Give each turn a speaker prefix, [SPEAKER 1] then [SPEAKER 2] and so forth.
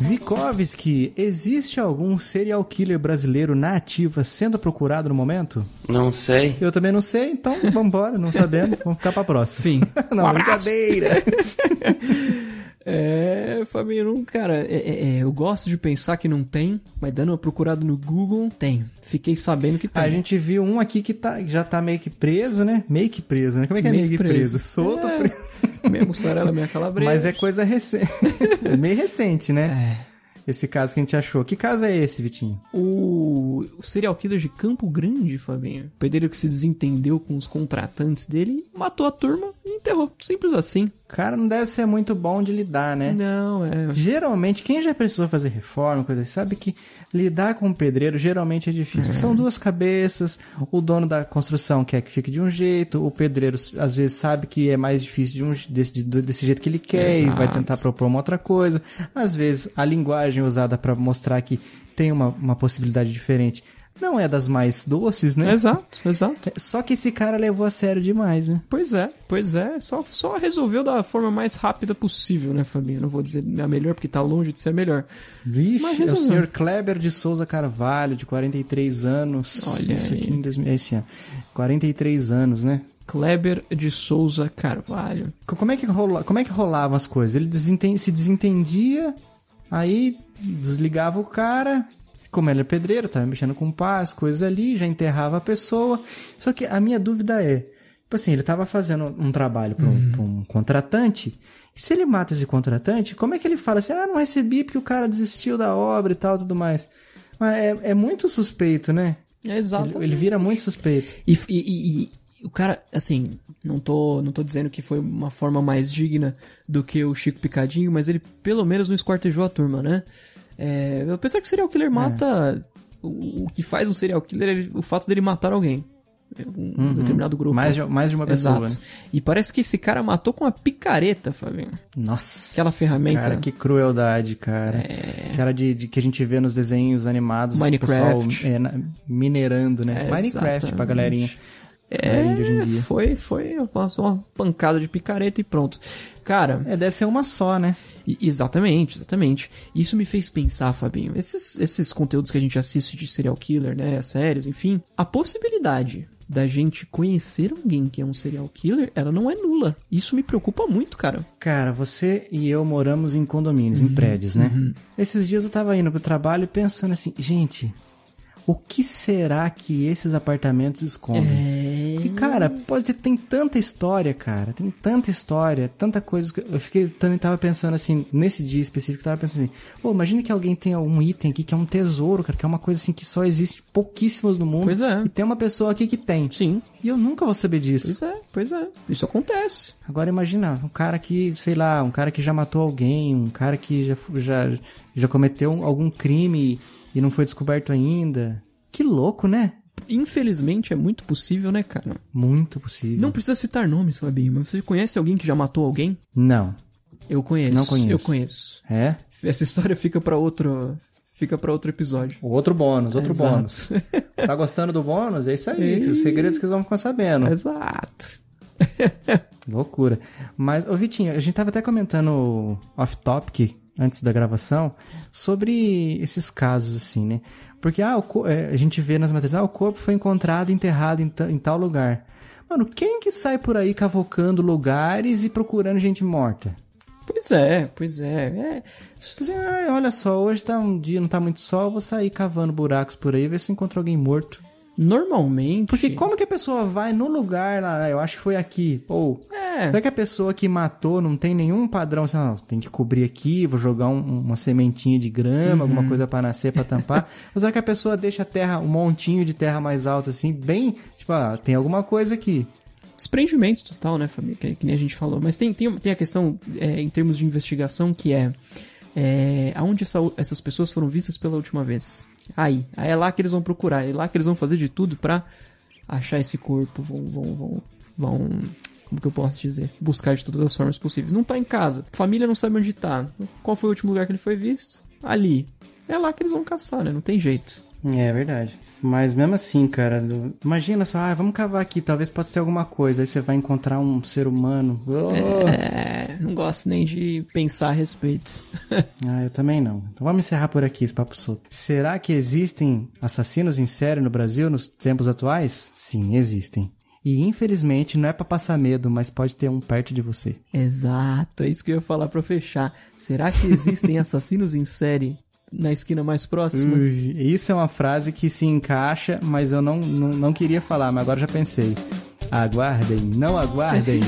[SPEAKER 1] Vikovski, existe algum serial killer brasileiro na ativa sendo procurado no momento?
[SPEAKER 2] Não sei.
[SPEAKER 1] Eu também não sei, então vamos embora, não sabendo, vamos ficar pra próxima. Fim. não,
[SPEAKER 3] Um abraço.
[SPEAKER 1] brincadeira.
[SPEAKER 3] É, Fabinho, não- cara, é- é- é, eu gosto de pensar que não tem, mas dando uma procurada no Google, tem. Fiquei sabendo que tem.
[SPEAKER 1] A gente viu um aqui que tá, que já tá meio que preso, né? Meio que preso, né? Como é que é meio, que preso? Solto,
[SPEAKER 3] É,
[SPEAKER 1] preso.
[SPEAKER 3] Minha mussarela, minha calabresa.
[SPEAKER 1] Mas é coisa recente. meio recente, né?
[SPEAKER 3] É.
[SPEAKER 1] Esse caso que a gente achou. Que caso é esse, Vitinho?
[SPEAKER 3] O, o serial killer de Campo Grande, Fabinho. O pedreiro que se desentendeu com os contratantes dele, matou a turma e enterrou. Simples assim.
[SPEAKER 1] Cara, não deve ser muito bom de lidar, né?
[SPEAKER 3] Não, é.
[SPEAKER 1] Geralmente, quem já precisou fazer reforma, coisa assim, sabe que lidar com um pedreiro geralmente é difícil. São duas cabeças, o dono da construção quer que fique de um jeito, o pedreiro às vezes sabe que é mais difícil de um, je- desse, de- desse jeito que ele quer e vai
[SPEAKER 3] Exato.
[SPEAKER 1] tentar propor uma outra coisa. Às vezes, a linguagem usada para mostrar que tem uma, uma possibilidade diferente não é das mais doces, né?
[SPEAKER 3] Exato, exato.
[SPEAKER 1] Só que esse cara levou a sério demais, né?
[SPEAKER 3] Pois é, pois é. Só, só resolveu da forma mais rápida possível, né, Fabinho? Não vou dizer a melhor, porque tá longe de ser a melhor. Mas
[SPEAKER 1] Vixe, é o
[SPEAKER 3] resolveu.
[SPEAKER 1] senhor Kleber de Souza Carvalho, de 43 anos.
[SPEAKER 3] Olha
[SPEAKER 1] Isso aqui
[SPEAKER 3] aí.
[SPEAKER 1] em 2000, é esse ano. 43 anos, né?
[SPEAKER 3] Kleber de Souza Carvalho.
[SPEAKER 1] Co- Como é que, rola, como é que rolavam as coisas? Ele desenten- se desentendia, aí desligava o cara. Como ele é pedreiro, tava mexendo com pá, as coisas ali, já enterrava a pessoa. Só que a minha dúvida é, tipo assim, ele tava fazendo um trabalho pra um, pra um contratante, e se ele mata esse contratante, como é que ele fala assim, ah, não recebi porque o cara desistiu da obra e tal, tudo mais. Mas é, é muito suspeito, né?
[SPEAKER 3] É
[SPEAKER 1] Ele-
[SPEAKER 3] exato.
[SPEAKER 1] ele vira muito suspeito.
[SPEAKER 3] E, e- e- e o cara, assim, não tô, não tô dizendo que foi uma forma mais digna do que o Chico Picadinho, mas ele pelo menos não esquartejou a turma, né? É, apesar que o serial killer mata. O, o que faz um serial killer é ele- o fato dele matar alguém. Um determinado grupo.
[SPEAKER 1] Uhum. Mais de, mais de uma pessoa.
[SPEAKER 3] Exato.
[SPEAKER 1] né?
[SPEAKER 3] E parece que esse cara matou com uma picareta, Fabinho.
[SPEAKER 1] Nossa.
[SPEAKER 3] Aquela ferramenta. É.
[SPEAKER 1] Cara, que crueldade, cara. Cara de, de que a gente vê nos desenhos animados. o
[SPEAKER 3] Minecraft.
[SPEAKER 1] pessoal, é, na- minerando, né?
[SPEAKER 3] É,
[SPEAKER 1] Minecraft pra
[SPEAKER 3] exatamente.
[SPEAKER 1] galerinha. galerinha de hoje em
[SPEAKER 3] É,
[SPEAKER 1] dia.
[SPEAKER 3] foi, foi passou uma pancada de picareta e pronto. Cara,
[SPEAKER 1] É, deve ser uma só, né?
[SPEAKER 3] E- Exatamente, exatamente. Isso me fez pensar, Fabinho, esses, esses conteúdos que a gente assiste de serial killer, né, as séries, enfim, a possibilidade da gente conhecer alguém que é um serial killer, ela não é nula. Isso me preocupa muito, cara.
[SPEAKER 1] Cara, você e eu moramos em condomínios,
[SPEAKER 3] Uhum,
[SPEAKER 1] em prédios, né? Esses dias eu tava indo pro trabalho e pensando assim, gente, o que será que esses apartamentos escondem? Porque,
[SPEAKER 3] É...
[SPEAKER 1] cara, pode ter, tem tanta história, cara. Tem tanta história, tanta coisa. que eu fiquei também tava pensando assim, nesse dia específico, eu tava pensando assim, pô, imagina que alguém tenha um item aqui que é um tesouro, cara, que é uma coisa assim que só existe pouquíssimos no mundo.
[SPEAKER 3] Pois é.
[SPEAKER 1] E tem uma pessoa aqui que tem.
[SPEAKER 3] Sim,
[SPEAKER 1] E eu nunca vou saber disso.
[SPEAKER 3] pois é, pois é. Isso acontece.
[SPEAKER 1] Agora imagina, um cara que, sei lá, um cara que já matou alguém, um cara que já, já, já cometeu um- algum crime e não foi descoberto ainda. Que louco, né?
[SPEAKER 3] Infelizmente é muito possível, né, cara?
[SPEAKER 1] Muito possível.
[SPEAKER 3] Não precisa citar nomes, Fabinho, mas você conhece alguém que já matou alguém?
[SPEAKER 1] Não.
[SPEAKER 3] Eu conheço.
[SPEAKER 1] Não conheço.
[SPEAKER 3] Eu conheço.
[SPEAKER 1] É?
[SPEAKER 3] Essa história fica pra outro, fica para outro episódio.
[SPEAKER 1] Outro bônus, outro
[SPEAKER 3] Exato.
[SPEAKER 1] bônus. Tá gostando do bônus? É isso aí. Os segredos que vocês vão ficar sabendo.
[SPEAKER 3] É. Exato.
[SPEAKER 1] Loucura. Mas, ô Vitinho, a gente tava até comentando off-topic antes da gravação sobre esses casos, assim, né? Porque ah, o co- é, a gente vê nas matérias, ah, o corpo foi encontrado, enterrado em, ta- em tal lugar. Mano, quem que sai por aí cavocando lugares e procurando gente morta?
[SPEAKER 3] Pois é, pois é. é.
[SPEAKER 1] Tipo assim, ah, olha só, hoje tá um dia, não tá muito sol, vou sair cavando buracos por aí, ver se eu encontro alguém morto.
[SPEAKER 3] Normalmente.
[SPEAKER 1] Porque como que a pessoa vai no lugar lá, "Ah, eu acho que foi aqui, ou
[SPEAKER 3] É.
[SPEAKER 1] Será que a pessoa que matou não tem nenhum padrão assim, ah, tem que cobrir aqui, vou jogar um- uma sementinha de grama, alguma coisa pra nascer, pra tampar? Ou será que a pessoa deixa a terra, um montinho de terra mais alto assim, bem, tipo, ah, tem alguma coisa aqui?
[SPEAKER 3] Desprendimento total, né, família? Que, que nem a gente falou. Mas tem, tem, tem a questão é, em termos de investigação que é. é aonde essa u- essas pessoas foram vistas pela última vez? Aí. Aí é lá que eles vão procurar. É lá que eles vão fazer de tudo pra achar esse corpo. Vão. vão, vão, vão como que eu posso dizer? Buscar de todas as formas possíveis. Não tá em casa. Família não sabe onde tá. Qual foi o último lugar que ele foi visto? Ali. É lá que eles vão caçar, né? Não tem jeito.
[SPEAKER 1] É verdade. Mas mesmo assim, cara, do- imagina só, ah, vamos cavar aqui, talvez possa ser alguma coisa. Aí você vai encontrar um ser humano. Oh!
[SPEAKER 3] É, não gosto nem de pensar a respeito.
[SPEAKER 1] Ah, eu também não. Então vamos encerrar por aqui esse papo solto. Será que existem assassinos em série no Brasil nos tempos atuais? Sim, existem. E infelizmente não é pra passar medo, mas pode ter um perto de você.
[SPEAKER 3] Exato, é isso que eu ia falar pra fechar. Será que existem assassinos em série na esquina mais próxima?
[SPEAKER 1] Ui, Isso é uma frase que se encaixa, mas eu não, não, não queria falar, mas agora já pensei. Aguardem, não aguardem.